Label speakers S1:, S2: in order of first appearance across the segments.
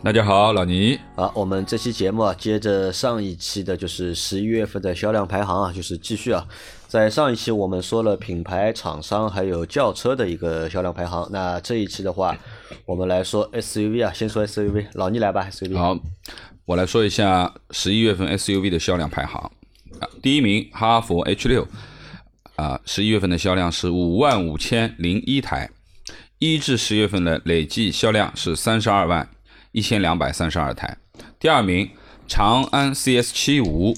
S1: 大家好，老倪，
S2: 啊，我们这期节目啊，接着上一期的，就是十一月份的销量排行啊，就是继续啊。在上一期我们说了品牌、厂商还有轿车的一个销量排行，那这一期的话，我们来说 SUV 啊，先说 SUV，老倪来吧，SUV。
S1: 好，我来说一下十一月份 SUV 的销量排行。啊，第一名哈弗 H 六，啊，十一月份的销量是五万五千零一台，一至十月份的累计销量是三十二万一千两百三十二台。第二名长安 CS 七五，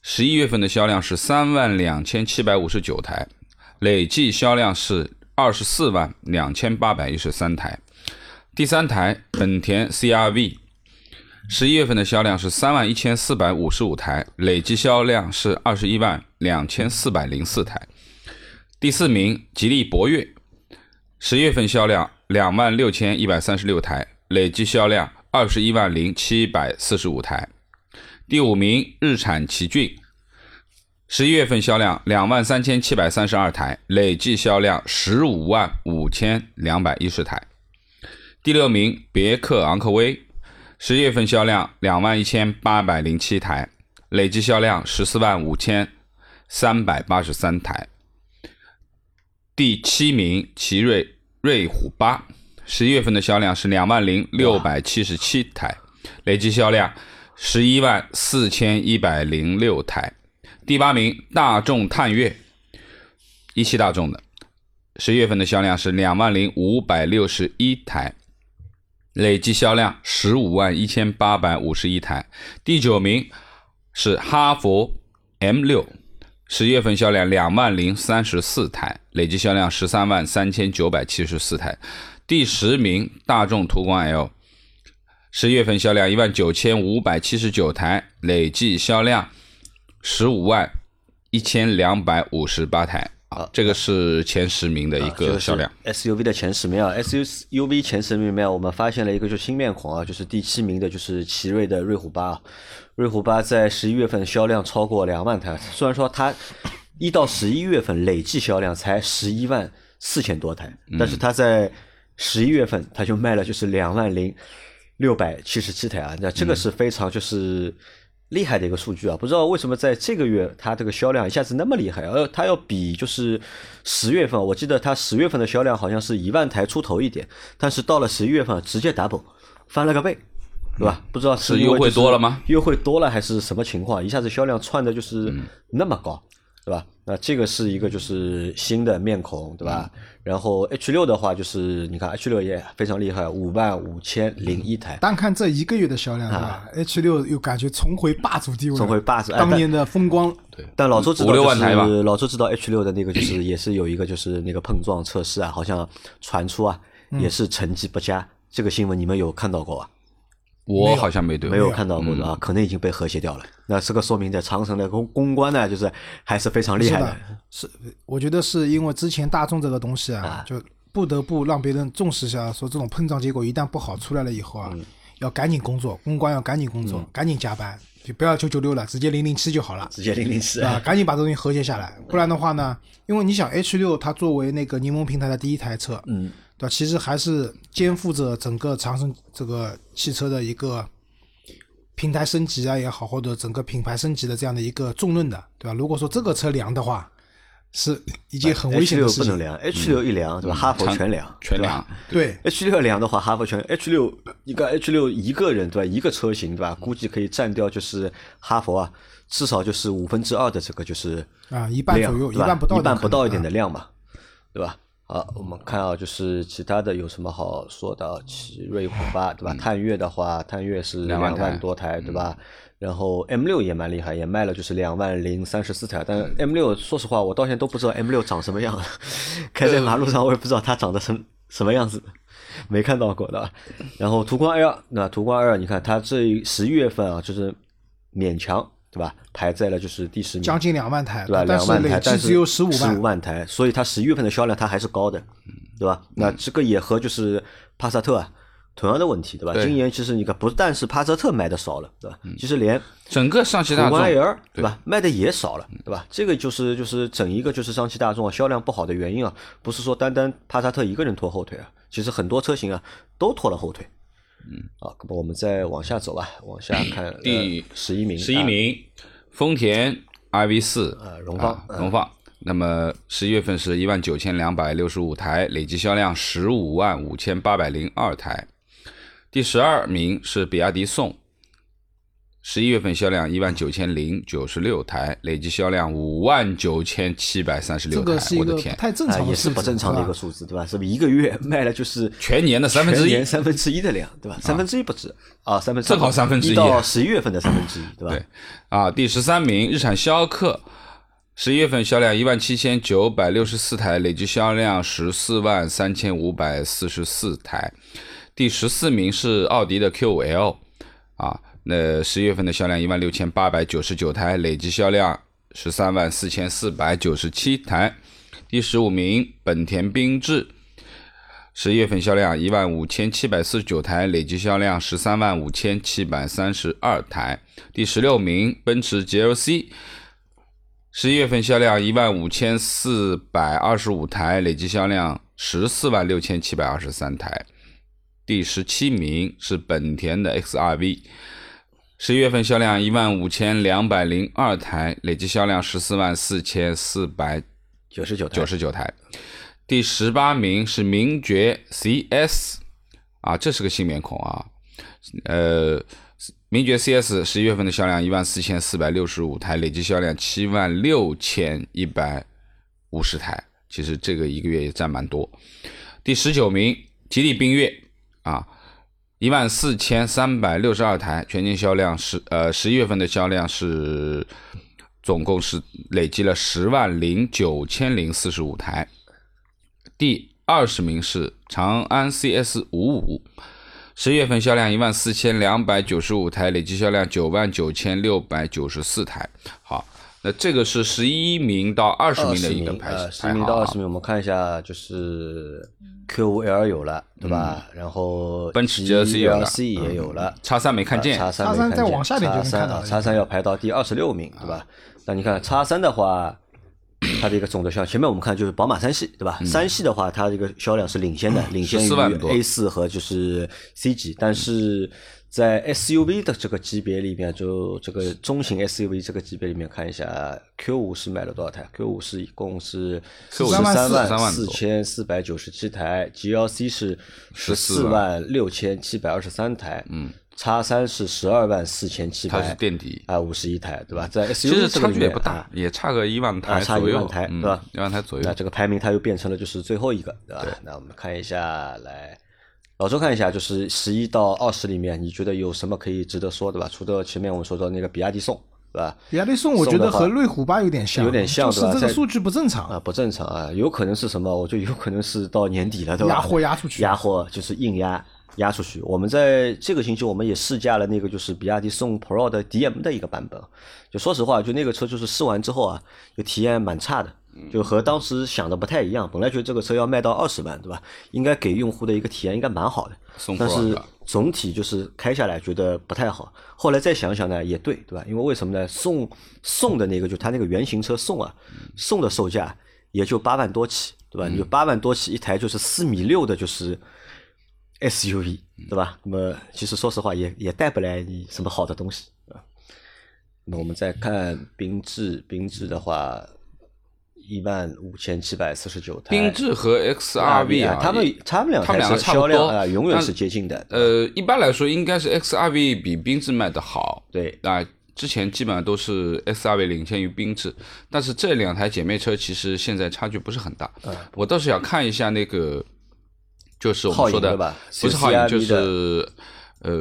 S1: 十一月份的销量是三万两千七百五十九台，累计销量是二十四万两千八百一十三台。第三台本田 CR-V，十一月份的销量是三万一千四百五十五台，累计销量是二十一万两千四百零四台。第四名吉利博越，十月份销量两万六千一百三十六台，累计销量二十一万零七百四十五台。第五名日产奇骏，十一月份销量两万三千七百三十二台，累计销量十五万五千两百一十台。第六名别克昂科威，十月份销量两万一千八百零七台，累计销量十四万五千三百八十三台。第七名奇瑞瑞虎八，十一月份的销量是两万零六百七十七台，累计销量十一万四千一百零六台。第八名大众探岳，一汽大众的，十一月份的销量是两万零五百六十一台，累计销量十五万一千八百五十一台。第九名是哈弗 M 六，十月份销量两万零三十四台，累计销量十三万三千九百七十四台。第十名大众途观 L，十月份销量一万九千五百七十九台，累计销量十五万一千两百五十八台。啊，这个是前十名的一
S2: 这
S1: 个
S2: 个啊是
S1: 销量。
S2: SUV 的前十名啊，SUV 前十名里面，我们发现了一个就是新面孔啊，就是第七名的就是奇瑞的瑞虎八啊，瑞虎八在十一月份销量超过两万台，虽然说它一到十一月份累计销量才十一万四千多台，
S1: 嗯
S2: 但是它在十一月份它就卖了就是两万零六百七十七台啊，那
S1: 嗯
S2: 这个是非常就是。厉害的一个数据啊！不知道为什么在这个月它这个销量一下子那么厉害，呃，它要比就是十月份，我记得它十月份的销量好像是一万台出头一点，但是到了十一月份直接 double，翻了个倍，对吧？不知道
S1: 嗯是
S2: 因为
S1: 优惠
S2: 就是
S1: 多了吗嗯
S2: 优惠多了还是什么情况？一下子销量窜的就是那么高，对吧？那这个是一个就是新的面孔，对
S1: 嗯
S2: 吧？然后 H 六的话，就是你看 H 六也非常厉害，五万五千零一台，
S3: 单看这一个月的销量，对吧？H 六又感觉重回霸主地位了，
S2: 啊重回霸主哎
S3: 当年的风光。
S2: 但老周知道、
S1: 五
S2: 就是，
S1: 六万台吧
S2: 老周知道 H 六的那个就是也是有一个就是那个碰撞测试啊，好像传出啊
S3: 嗯
S2: 也是成绩不佳，这个新闻你们有看到过啊？
S1: 我好像没对过，
S2: 没有看到过
S1: 嗯
S2: 的啊，可能已经被和谐掉了。那这个说明在长城的公公关呢，就是还是非常厉
S3: 是
S2: 害
S3: 的，是，我觉得是因为之前大众这个东西啊，就不得不让别人重视一下，说这种碰撞结果一旦不好出来了以后啊，
S2: 嗯
S3: 要赶紧工作，公关要赶紧工作，赶紧加班，就不要九九六了，直接零零七就好了。
S2: 直接零零七
S3: 啊，赶紧把这东西和谐下来，不然的话呢，因为你想 H 六它作为那个柠檬平台的第一台车，嗯，对吧？其实还是肩负着整个长城这个汽车的一个平台升级啊也好，或者整个品牌升级的这样的一个重任的，对吧？如果说这个车凉的话，是一件很危
S2: 哎 H
S3: 险
S2: 六
S3: 的事
S2: 不能
S3: 情。嗯
S2: 凉，H 六一凉对吧？哈佛全凉，
S1: 全
S2: 对吧
S1: 量。
S3: 对，
S2: H 六凉的话，哈弗全 H 六一个 H 六一个人对吧？一个车型对
S3: 嗯
S2: 吧？估计可以占掉就是哈佛啊，至少就是五分之二的这个就是
S3: 啊一半
S2: 量
S3: 左右
S2: 对吧
S3: 一半不到
S2: 一半
S3: 的可能啊
S2: 不到一点的量嘛，对吧？好，我们看啊，就是其他的有什么好说的啊？奇瑞虎八
S3: 嗯
S2: 对吧？探岳的话，探岳是两
S1: 两万台
S2: 万多台对吧？然后 M 六也蛮厉害，也卖了就是两万零三十四台，但
S3: 嗯
S2: M 六说实话，我到现在都不知道 M 六长什么样， 开在马路上我也不知道它长得什么什么样子。 没看到过的。然后途观 L，那途观 L，你看它这十一月份啊，就是勉强对吧？排在了就是第十名，
S3: 将近两万台，
S2: 对吧？
S3: 但
S2: 两
S3: 是
S2: 万台
S3: 累，
S2: 但
S3: 计
S2: 是
S3: 只有十五
S2: 万，台，所以它十一月份的销量它还是高的，对吧？
S3: 嗯
S2: 那这个也和就是帕萨特啊同样的问题，对吧？
S1: 对
S2: 今年其实你看，不但是帕萨特卖的少了，对吧？其实连
S1: 整个上汽大
S2: 途观 L
S1: 众，
S2: 对吧？卖的也少了，对吧？这个就是就是整一个就是上汽大众啊销量不好的原因啊，不是说单单帕萨特一个人拖后腿啊，其实很多车型啊都拖了后腿。嗯，好，那么我们再往下走吧，往下看呃
S1: 第
S2: 十一名，
S1: 十一名，丰田 iV 四，
S2: 呃荣放
S1: 啊荣放。那么十一月份是一万九千两百六十五台，累计销量十五万五千八百零二台。第十二名是比亚迪宋，十一月份销量一万九千零九十六台，累计销量五万九千七百三十
S3: 这
S1: 六台
S3: 个是。一
S1: 我的
S3: 个
S1: 天
S3: 不，太正
S2: 啊、
S3: 常
S2: 也
S3: 的
S2: 是
S3: 数字，
S2: 不正常的一个
S3: 是吧
S2: 数字，对吧？是不是一个月 卖了就是
S1: 全年的三分之一
S2: 全年三分之一的量，对吧？三分之一不止啊，三分之一
S1: 正好三分之一
S2: 一到十一月份的三分之一，对吧？
S1: 对啊，第十三名，日产逍客，十一月份销量一万七千九百六十四台，累计销量十四万三千五百四十四台。第十四名是奥迪的 Q5L，啊，那十一月份的销量一万六千八百九十九台，累计销量十三万四千四百九十七台。第十五名，本田缤智。十一月份销量一万五千七百四十九台，累计销量十三万五千七百三十二台。第十六名，奔驰 GLC，十一月份销量一万五千四百二十五台，累计销量十四万六千七百二十三台。第十七名是本田的 XRV，十一月份销量一万五千两百零二台，累计销量十四万四千四百
S2: 九十九
S1: 九十九台。第十八名是名爵 CS，啊，这是个新面孔啊。呃，名爵 CS 十一月份的销量一万四千四百六十五台，累计销量七万六千一百五十台。其实这个一个月也占蛮多。第十九名，吉利缤越啊，一万四千三百六十二台，全年销量是呃十一月份的销量是总共是累计了十万零九千零四十五台。第二十名是长安 CS 五五，十月份销量一万四千两百九十五台，累计销量九万九千六百九十四台。好，那这个是十一名到二十名的一个排
S2: 十
S1: 排
S2: 名
S1: 行
S2: 到
S1: 啊
S2: 二十名，我们看一下，就是
S3: 嗯
S2: Q 5 L 有了，对吧？然后
S1: 嗯奔驰 GLC
S2: GLC
S1: 有了嗯
S2: 也有了。呃
S1: 叉三没看见，
S2: 叉三
S3: 叉三再往下点就能看到了
S2: 叉三要排到第二十六名，对吧？那你看叉三的话， 它的一个总的销，前面我们看就是宝马三系，对吧？三系的话，它这个销量是领先的，领先于
S1: 14万多
S2: A 嗯四嗯和就是 C 级，但是在 SUV 的这个级别里面，就这个中型 SUV 这个级别里面看一下，Q 五是卖了多少台？Q 五是一共是
S1: Q5
S2: 三
S1: 13
S2: 万
S1: 万多
S2: 四千四百九十七台，GLC 是十
S1: 14
S2: 四万六千七百二十三台，嗯。叉三是十二万四千七
S1: 它
S2: 百，
S1: 是垫底
S2: 啊，五十一台，对吧？在 SUV
S1: 其实
S2: 这
S1: 差
S2: 个
S1: 距
S2: 里
S1: 也
S2: 面
S1: 不大
S2: 啊，
S1: 也差个一万
S2: 啊
S1: 台
S2: 差
S1: 左
S2: 一
S1: 右，
S2: 万台，
S1: 嗯
S2: 对吧？
S1: 一万台左右
S2: 那。这个排名它又变成了就是最后一个，对吧？那我们看一下，来老周看一下，就是十一到二十里面，你觉得有什么可以值得说，对吧？除了前面我们说到那个比亚迪宋，对吧？
S3: 比亚迪宋我觉得
S2: 宋的话
S3: 和瑞虎八有点像，啊
S2: 有点像
S3: 就是
S2: 对吧
S3: 这个
S2: 在
S3: 数据不正常
S2: 啊，，不正常啊，有可能是什么？我觉得有可能是到年底了，对吧？
S3: 压货压出去
S2: 压货就是硬压压出去。我们在这个星期我们也试驾了那个就是比亚迪宋 Pro 的 DM 的一个版本，就说实话，就那个车就是试完之后啊，就体验蛮差的。就和当时想的不太一样，本来觉得这个车要卖到二十万，对吧？应该给用户的一个体验应该蛮好的，
S1: 宋
S2: 但
S1: Pro 是
S2: 是
S1: 吧
S2: 总体就是开下来觉得不太好。后来再想想呢，也对，对吧？因为为什么呢？宋宋的那个就它那个原型车宋啊，
S1: 嗯
S2: 宋的售价也就八万多起，对吧？你就八万多起一台，就是四米六的，就是 SUV，对
S1: 嗯
S2: 吧？那么其实说实话也也带不来你什么好的东西啊。那我们再看缤智，缤智的话。一万五千七百四十九台，
S1: 缤智和 XRV 啊，
S2: 他们他们两
S1: 他们
S2: 台
S1: 两个
S2: 车
S1: 差不
S2: 销量啊，
S1: 多，
S2: 永远
S1: 但
S2: 是接近的。
S1: 呃，一般来说应该是 XRV 比缤智卖的好，
S2: 对
S1: 啊、之前基本上都是 XRV 领先于缤智，但是这两台姐妹车其实现在差距不是很大。
S2: 嗯
S1: 我倒是想看一下那个，就是我们
S2: 皓
S1: 说的
S2: 影对吧
S1: 不是皓影，
S2: CRV
S1: 就是呃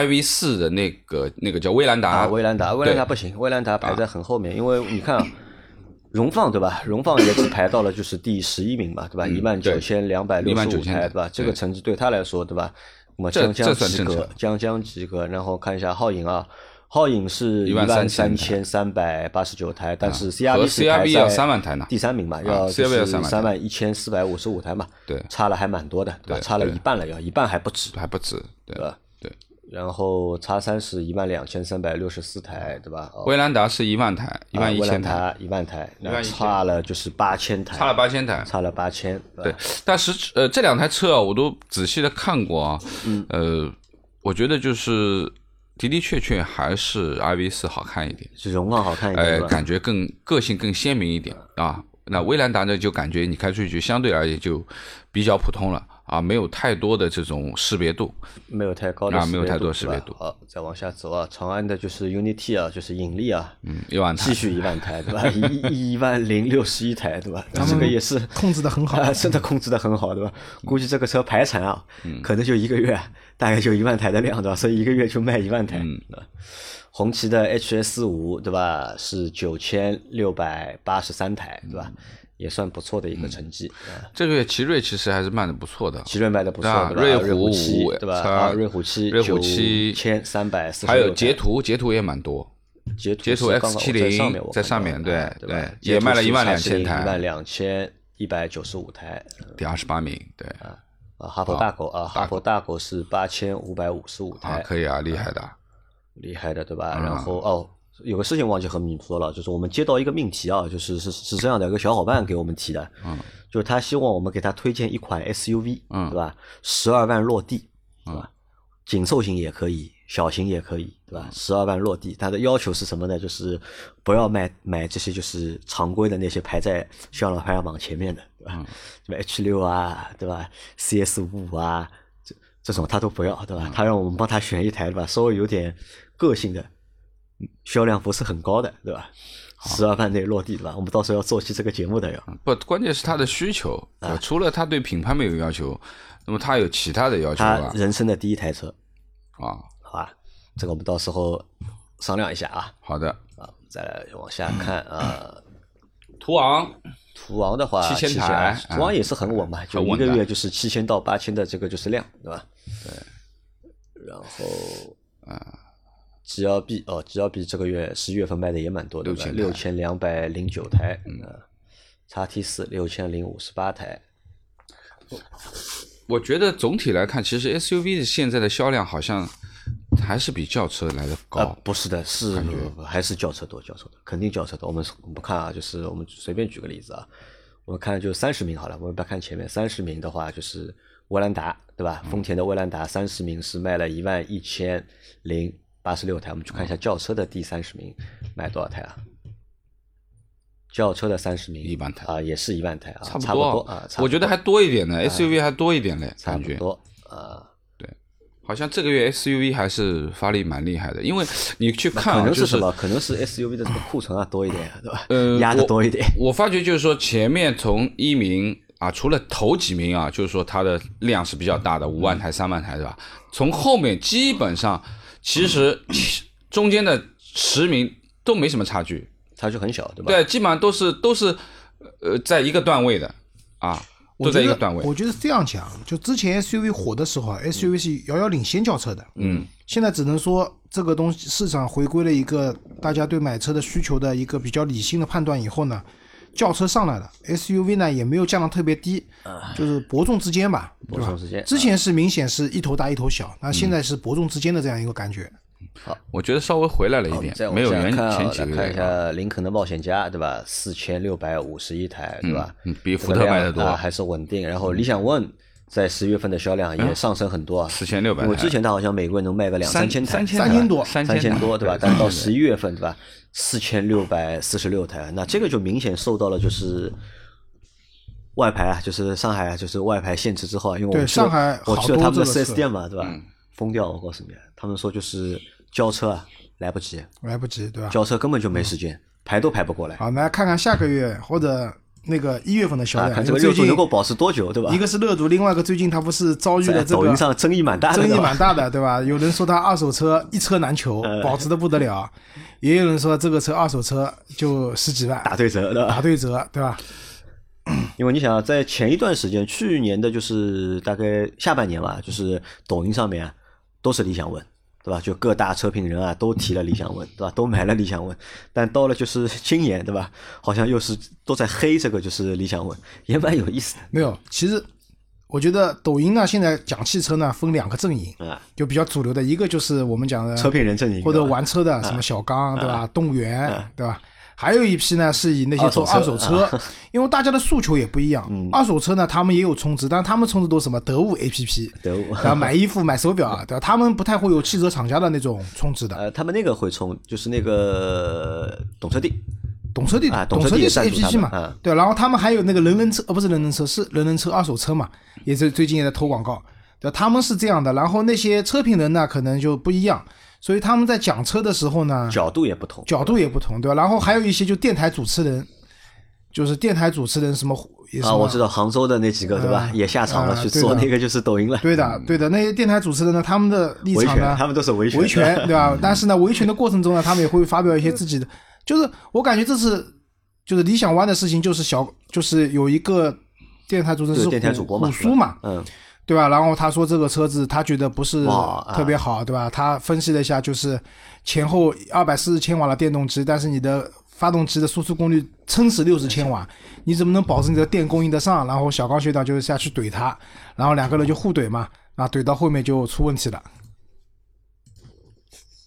S1: IV 四的那个那个叫威兰达，
S2: 啊，威兰达，威兰达
S1: 对
S2: 不行，威兰达排在很后面，因为你看啊，荣放对吧？荣放也只排到了就是第十一名嘛，对吧？
S1: 嗯
S2: 一万九千两百六十五
S1: 19,200
S2: 台，对吧？这个成绩对他来说，对吧？那么
S1: 这
S2: 将将
S1: 这算
S2: 及
S1: 正
S2: 格
S1: 常，
S2: 将将及格。然后看一下皓影啊，皓影是一
S1: 一万
S2: 万
S1: 三
S2: 三
S1: 千
S2: 千三百八十九台，但是
S1: 啊和
S2: CRB 是
S1: CRB 要
S2: 排在
S1: 三万台呢
S2: 第三名嘛，
S1: 啊
S2: 要
S1: ，CRB 要三万台
S2: 三万一千四百五十五台嘛，
S1: 对
S2: 差了还蛮多的，对吧？
S1: 对
S2: 差了
S1: 对
S2: 一半了，要一半还不止，
S1: 还不止，对
S2: 对吧？
S1: 对。
S2: 然后叉三是一万两千三百六十四台，对吧？哦
S1: 威兰达是一万台，一
S2: 啊
S1: 万一千台，
S2: 台，一万台，那
S1: 11,000
S2: 差了就是八千台，
S1: 差了八千台。
S2: 差了八千，对
S1: 对
S2: 吧，
S1: 但是呃，这两台车啊，我都仔细的看过啊，
S2: 嗯
S1: 呃，我觉得就是的的确确还是 iV 四好看一点，
S2: 是容貌好看一点，
S1: 呃
S2: 哎对，吧
S1: 感觉更个性更鲜明一点啊。那威兰达呢，就感觉你开出去就相对而言就比较普通了啊，没有太多的这种识别度。
S2: 没有太高的
S1: 啊
S2: 识
S1: 没有
S2: 别
S1: 太
S2: 度
S1: 多
S2: 对
S1: 识别
S2: 吧
S1: 度
S2: 好，再往下走啊，长安的就是 Unity 啊，就是引力啊，
S1: 嗯，一万台
S2: 继，续一万台对吧？ 一一万零六十一台对吧？这个也是
S3: 控制得很好
S2: 啊， 真的控制的很好对吧？
S1: 嗯
S2: 估计这个车排产啊，可能就一个月大概就一万台的量对吧？
S1: 嗯
S2: 所以一个月就卖一万台。对吧红旗的 HS 五对吧？是九千六百八十三台对
S1: 嗯
S2: 吧？也算不错的一个成绩。啊
S1: 这个月奇瑞其实还是卖的不错的，
S2: 奇瑞卖的不错
S1: 啊，
S2: 对吧？
S1: 瑞
S2: 瑞
S1: 虎
S2: 七
S1: 五
S2: 对吧？
S1: 叉
S2: 啊，瑞虎七，
S1: 瑞虎七
S2: 千三百四十，
S1: 还有截图，截图也蛮多。
S2: 截图
S1: 截图
S2: 是刚好
S1: X70
S2: 在上面我看到的，
S1: 在上面对
S2: 啊对吧
S1: 对也卖了
S2: 截图是
S1: 12,000台
S2: 一万两千一百九十五台。
S1: 第二十八名，对
S2: 啊，哈佛大狗啊，哈佛大狗是八千五百五十五
S1: 啊，
S2: 台，
S1: 可以啊，厉害的，
S2: 厉害的对吧？然后哦，有个事情忘记和你说了，就是我们接到一个命题啊，就是是是这样的，有个小伙伴给我们提的，
S1: 嗯，
S2: 就是他希望我们给他推荐一款 SUV，
S1: 嗯
S2: 对吧？十二万落地，对
S1: 嗯
S2: 吧？紧凑型也可以，小型也可以，对吧？十二万落地，它的要求是什么呢？就是不要买买这些就是常规的那些排在销量排行榜前面的，对
S1: 嗯
S2: 吧？什么 H 六啊，对吧？CS 五啊，这这种他都不要，对
S1: 嗯
S2: 吧？他让我们帮他选一台，对吧？稍微有点个性的，嗯销量不是很高的，对吧？十二万内落地，对吧？我们到时候要做期这个节目的要。
S1: 不，关键是他的需求，呃
S2: 哎
S1: 除了他对品牌没有要求，那么他有其他的要求
S2: 他
S1: 吧？
S2: 人生的第一台车，
S1: 啊，
S2: 好吧？这个我们到时候商量一下啊。
S1: 好的，
S2: 啊，再来往下看啊，
S1: 途昂，
S2: 途昂的话，7000
S1: 7000台嗯
S2: 途昂也是很稳嘛，就
S1: 很
S2: 一
S1: 稳
S2: 个
S1: 的
S2: 月就是七千到八千的这个就是量，对吧？对。然后，g L B 哦，G L B 这个月十一月份卖的也蛮多的，
S1: 6000
S2: 六
S1: 台
S2: 千两百零九台，嗯，X T 四六千零五十八台，
S1: 我觉得总体来看，其实 SUV 现在的销量好像还是比轿车来的
S2: 啊，
S1: 高。
S2: 不是的，是
S1: 感觉
S2: 不不还是轿车多，轿车多，肯定轿车多。我们我们看啊，就是我们随便举个例子啊，我们看就三十名好了，我们不要看前面，三十名的话就是威兰达，对吧？
S1: 嗯
S2: 丰田的威兰达三十名是卖了一万一千零八十六台，我们去看一下
S1: 嗯
S2: 轿车的第三十名卖多少台啊？轿车的三十名
S1: 一万台
S2: 啊，也是一万台啊，
S1: 差
S2: 差
S1: 不
S2: 多
S1: 多
S2: 啊，差不
S1: 我觉
S2: 多
S1: 得
S2: 哎
S1: 还多一点呢，SUV 还多一点嘞，
S2: 差
S1: 感
S2: 不
S1: 觉
S2: 多啊，
S1: 好像这个月 SUV 还是发力蛮厉害的，因为你去看
S2: 可
S1: 啊，
S2: 能
S1: 就是
S2: 什么？可能是 SUV 的这个库存啊多一点，对吧？
S1: 呃，
S2: 压的多一点。
S1: 我。我发觉就是说，前面从一名啊，除了头几名啊，就是说它的量是比较大的，五万台、三万台，对吧？从后面基本上，其实中间的十名都没什么差距，
S2: 差距很小，对吧？
S1: 对，基本上都是都是呃，在一个段位的啊，
S3: 我
S1: 都
S3: 觉
S1: 在
S3: 得
S1: 一个段位。
S3: 我觉得是这样讲，就之前 SUV 火的时候啊，SUV
S2: 嗯
S3: 是遥遥领先轿车的。嗯，现在只能说这个东西市场回归了一个大家对买车的需求的一个比较理性的判断以后呢，轿车上来了，SUV 呢也没有降到特别低，就是伯仲之间吧，
S2: 伯仲之间嗯
S3: 对吧之前是明显是一头大一头小，那现在是伯仲之间的这样一个感觉。
S1: 我觉得稍微回来了一点
S2: 再，往
S1: 没有
S2: 下
S1: 原
S2: 看啊
S1: 前几个
S2: 来看一
S1: 月了。
S2: 下林肯的冒险家，对吧？四千六百五十一台，对吧？
S1: 嗯比
S2: 这
S1: 福
S2: 个
S1: 特
S2: 量
S1: 卖得多嗯
S2: 啊还是稳定。然后理想 ONE 在十月份的销量
S1: 哎
S2: 也上升很多啊，
S1: 4600
S2: 我之前它好像每个月能卖个两
S1: 三
S2: 千台，
S1: 三千台
S3: 三千多
S1: 三千
S2: 三千
S1: 台
S2: 多，对吧？
S1: 对
S2: 但到十一月份，对吧？四千六百四十六台，那这个就明显受到了就是。外牌啊，就是上海啊，就是外牌限制之后啊，因为我
S3: 对
S2: 去了
S3: 上海
S2: 我
S3: 好
S2: 去了
S3: 多
S2: 他们的
S3: 这个
S2: 4S
S3: 车
S2: 店嘛，对吧？封掉，我告诉你，他们说就是交车啊来不及，
S3: 来不及，对吧？
S2: 交车根本就没时间，排都排不过来。
S3: 好，我们来看看下个月或者那个一月份的销
S2: 啊，
S3: 量，
S2: 看
S3: 因
S2: 这个
S3: 为
S2: 热
S3: 最
S2: 度
S3: 近
S2: 能够保持多久，对吧？
S3: 一个是热度，另外一个最近它不是遭遇了
S2: 在
S3: 这
S2: 抖
S3: 个
S2: 音上争议蛮大的，
S3: 争议
S2: 对吧呃
S3: 蛮大的，对吧？有人说它二手车一车难求，保值的不得了；啊也有人说这个车二手车就十几万，
S2: 打对折的。
S3: 打对折，对吧？
S2: 因为你想啊，在前一段时间，去年的就是大概下半年吧，就是抖音上面啊都是理想 ONE，对吧？就各大车评人啊都提了理想 ONE，对吧？都买了理想 ONE，但到了就是今年，对吧？好像又是都在黑这个就是理想 ONE，也蛮有意思
S3: 没有，其实我觉得抖音呢，啊现在讲汽车呢分两个阵营，
S2: 的啊。
S3: 就比较主流的，一个就是我们讲的
S2: 车评人阵营
S3: 或者
S2: 对吧啊
S3: 玩车的，什么小刚对吧？动物园对吧？还有一批呢，是以那些
S2: 二手
S3: 做
S2: 车啊嗯
S3: 二手车，因为大家的诉求也不一样。二手车呢，他们也有充值，但他们充值都是什么得物 APP，
S2: 得物
S3: 然后买衣服、买手表啊，对吧？他们不太会有汽车厂家的那种充值的。
S2: 呃，他们那个会充，就是那个懂车帝，
S3: 懂车帝
S2: 啊，
S3: 懂
S2: 懂车帝
S3: 是
S2: 赞助他
S3: APP
S2: 们
S3: 嘛
S2: 嗯，
S3: 对。然后他们还有那个人人车，呃，不是人人车，是人人车啊二手车嘛，也是最近也在投广告。对，他们是这样的。然后那些车评人呢，可能就不一样，所以他们在讲车的时候呢，
S2: 角度也不同。
S3: 角度也不同，对吧？然后还有一些就电台主持人，就是电台主持人什么也是
S2: 啊，我知道杭州的那几个对吧，也下场了，
S3: 啊
S2: 去
S3: 对
S2: 做
S3: 的
S2: 那个就是抖音了。
S3: 对的，对的，那些电台主持人呢，他们的立
S2: 维
S3: 场呢
S2: 权，，他们都是维权。嗯
S3: 维权，对吧？但是呢，维权的过程中呢，他们也会发表一些自己的，就是我感觉这次就是理想湾的事情，就是小，就是有一个电台主持人
S2: 对
S3: 是
S2: 电台
S3: 虎
S2: 主播嘛
S3: 虎
S2: 对
S3: 叔
S2: 吧
S3: 嘛，
S2: 嗯，
S3: 对吧？然后他说这个车子他觉得不是
S2: 不好啊
S3: 特别好，对吧？他分析了一下，就是前后二百四十千瓦的电动机，但是你的发动机的输出功率撑死六十千瓦，你怎么能保证你的电供应得上？然后小刚学长就下去怼他，然后两个人就互怼嘛，啊，怼到后面就出问题了。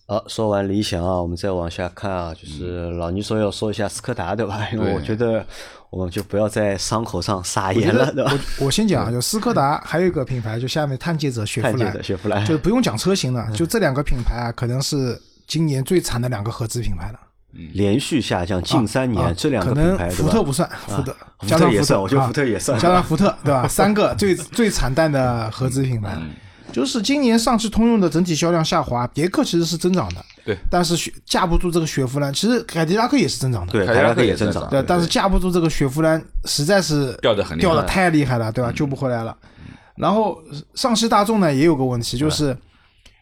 S2: 好，说完理想啊，我们再往下看啊，
S3: 嗯
S2: 就是老倪说要说一下斯柯达对吧？因为
S1: 对
S2: 我觉得我们就不要在伤口上撒
S3: 我觉
S2: 盐了，对
S3: 得
S2: 吧？嗯
S3: 我我先讲啊，就斯柯达还有一个品牌，就下面探界者雪佛
S2: 看见
S3: 兰
S2: 的，雪佛兰嗯
S3: 就不用讲车型了，就这两个品牌啊，可能是今年最惨的两个合资品牌了。
S2: 连续下降近三
S3: 啊
S2: 年，这两
S3: 可
S2: 个
S3: 能
S2: 品牌对
S3: 福特
S2: 吧？啊
S3: 不算，福特
S2: 福
S3: 加
S2: 特
S3: 上
S2: 也
S3: 福特，
S2: 算我觉得
S3: 啊
S2: 福特也算
S3: 加上福特， 对吧？三个最最惨淡的合资品牌，
S2: 嗯
S3: 就是今年上汽通用的整体销量下滑，别克其实是增长的，
S1: 对，
S3: 但是雪架不住这个雪佛兰，其实凯迪拉克也是增长
S2: 啊
S3: 的，
S2: 对，
S1: 凯
S2: 凯
S1: 迪
S2: 迪
S1: 拉
S2: 拉
S1: 克
S2: 克
S1: 也
S2: 也
S1: 增
S2: 增
S1: 长
S2: 长，
S3: 对，但是架不住这个雪佛兰实在是
S1: 掉得很厉害
S3: 掉的太厉害了，
S2: 嗯
S3: 对吧？救不回来了。然后上汽大众呢也有个问题，就是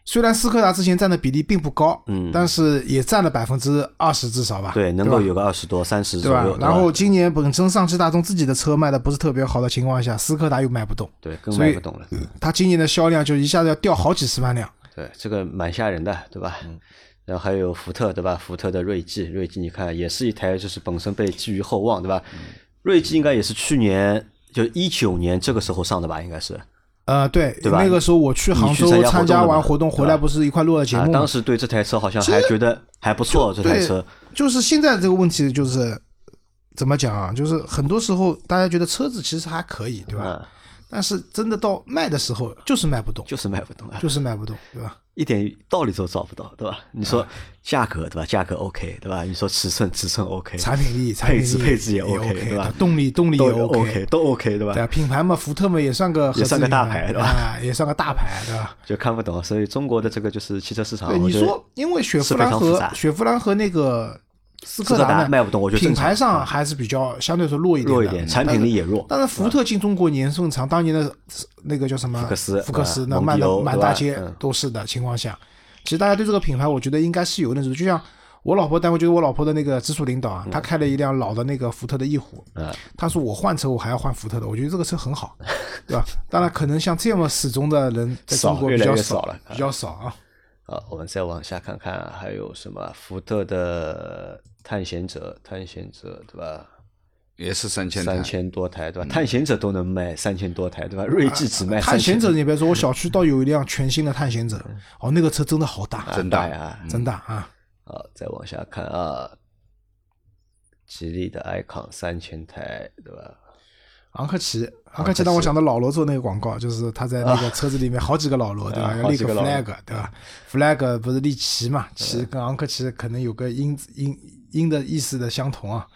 S3: 虽然斯柯达之前占的比例并不高，嗯，但是也占了百分之二十至少吧，
S2: 对，能
S3: 吧
S2: 够有个二十多、三十
S3: 对
S2: 左
S3: 吧
S2: 右，？
S3: 然
S2: 对
S3: 后
S2: 吧
S3: 今年本身上汽大众自己的车卖的不是特别好的情况下，斯柯达又卖不动，
S2: 对，更
S3: 所以嗯
S2: 卖不动了。
S3: 它今年的销量就一下子要掉好几十万辆。
S2: 对，这个蛮吓人的，对吧？
S3: 嗯
S2: 然后还有福特，对吧？福特的锐际，锐际你看也是一台，就是本身被寄予厚望，对吧？
S3: 嗯
S2: 锐际应该也是去年，就一九年这个时候上的吧，应该是
S3: 呃，对，
S2: 对吧
S3: 那个时候我去杭州
S2: 你去参加活动
S3: 参加
S2: 了
S3: 完
S2: 嘛
S3: 活动
S2: 对
S3: 回来，
S2: 吧
S3: 不是一块录了节
S2: 啊
S3: 目。吗？
S2: 当时对这台车好像还觉得还不错，这台
S3: 对，
S2: 车
S3: 就是现在这个问题就是怎么讲啊？就是很多时候大家觉得车子其实还可以，对吧？
S2: 嗯
S3: 但是真的到卖的时候，就是卖不动，
S2: 就是卖不动啊，
S3: 就是卖不动，对吧？
S2: 一点道理都找不到，对吧？你
S3: 啊
S2: 说价格，对吧？价格 OK，对吧？你说尺寸，尺寸 OK，
S3: 产品力、产
S2: 配
S3: 品
S2: 置，
S3: 力
S2: 配置也
S3: OK，,
S2: 对吧？
S3: 动力、动力也
S2: 都 OK，都 OK，对吧？
S3: 对啊，品牌嘛，福特嘛也算个合
S2: 也
S3: 资
S2: 算
S3: 品
S2: 个大
S3: 牌
S2: 牌对吧
S3: 啊，也算个大牌，对吧？
S2: 就看不懂，所以中国的这个就是汽车市场，
S3: 对，
S2: 啊我
S3: 你
S2: 觉得
S3: 说，因为雪
S2: 是
S3: 佛
S2: 非
S3: 兰
S2: 常复
S3: 和
S2: 杂
S3: 雪佛兰和那个斯柯
S2: 斯柯达
S3: 呢
S2: 卖不动我觉得
S3: 品
S2: 正常嗯
S3: 牌上还是比较相对来说弱一点的，
S2: 弱一点，产品力也弱。
S3: 但是福特进中国年份长，当年的那个叫什么
S2: 福克斯
S3: 福克斯
S2: 啊
S3: 那
S2: 蒙
S3: 卖
S2: 迪
S3: 的
S2: 欧
S3: 满
S2: 对
S3: 大
S2: 吧
S3: 街
S2: 嗯
S3: 都是的情况下，其实大家对这个品牌，我觉得应该是有那种，就像我老婆单位，就是我老婆的那个直属领导
S2: 嗯
S3: 啊，他开了一辆老的那个福特的翼虎，他说我换车我还要换福特的，我觉得这个车很 好，对吧？当然，可能像这么始终的人在中
S2: 少
S3: 国
S2: 越
S3: 比
S2: 来
S3: 较
S2: 越
S3: 少
S2: 少了
S3: 比较少啊。
S2: 啊，我们再往下看看啊还有什么啊福特的探险者，探险者对吧？
S1: 也是三千台
S2: 三千多台对吧？探险者都能卖三千多台对吧？锐际只卖
S3: 啊探险
S2: 3000
S3: 者，你别说，我小
S2: 嗯
S3: 区倒有一辆全新的探险者，哦，那个车真的好大，
S1: 真
S2: 大
S1: 大
S2: 呀！
S3: 真大啊！
S2: 啊，再往下看啊，吉利的 icon 三千台对吧？
S3: 昂克旗，昂克旗让我想到老罗做那个广告，就是他在那个车子里面好几个老罗，对吧？
S2: 啊
S3: 要立
S2: 好几
S3: 个
S2: 个老罗
S3: flag，对吧？flag 不是立旗嘛？旗跟昂克旗可能有个音音音的意思的相同啊，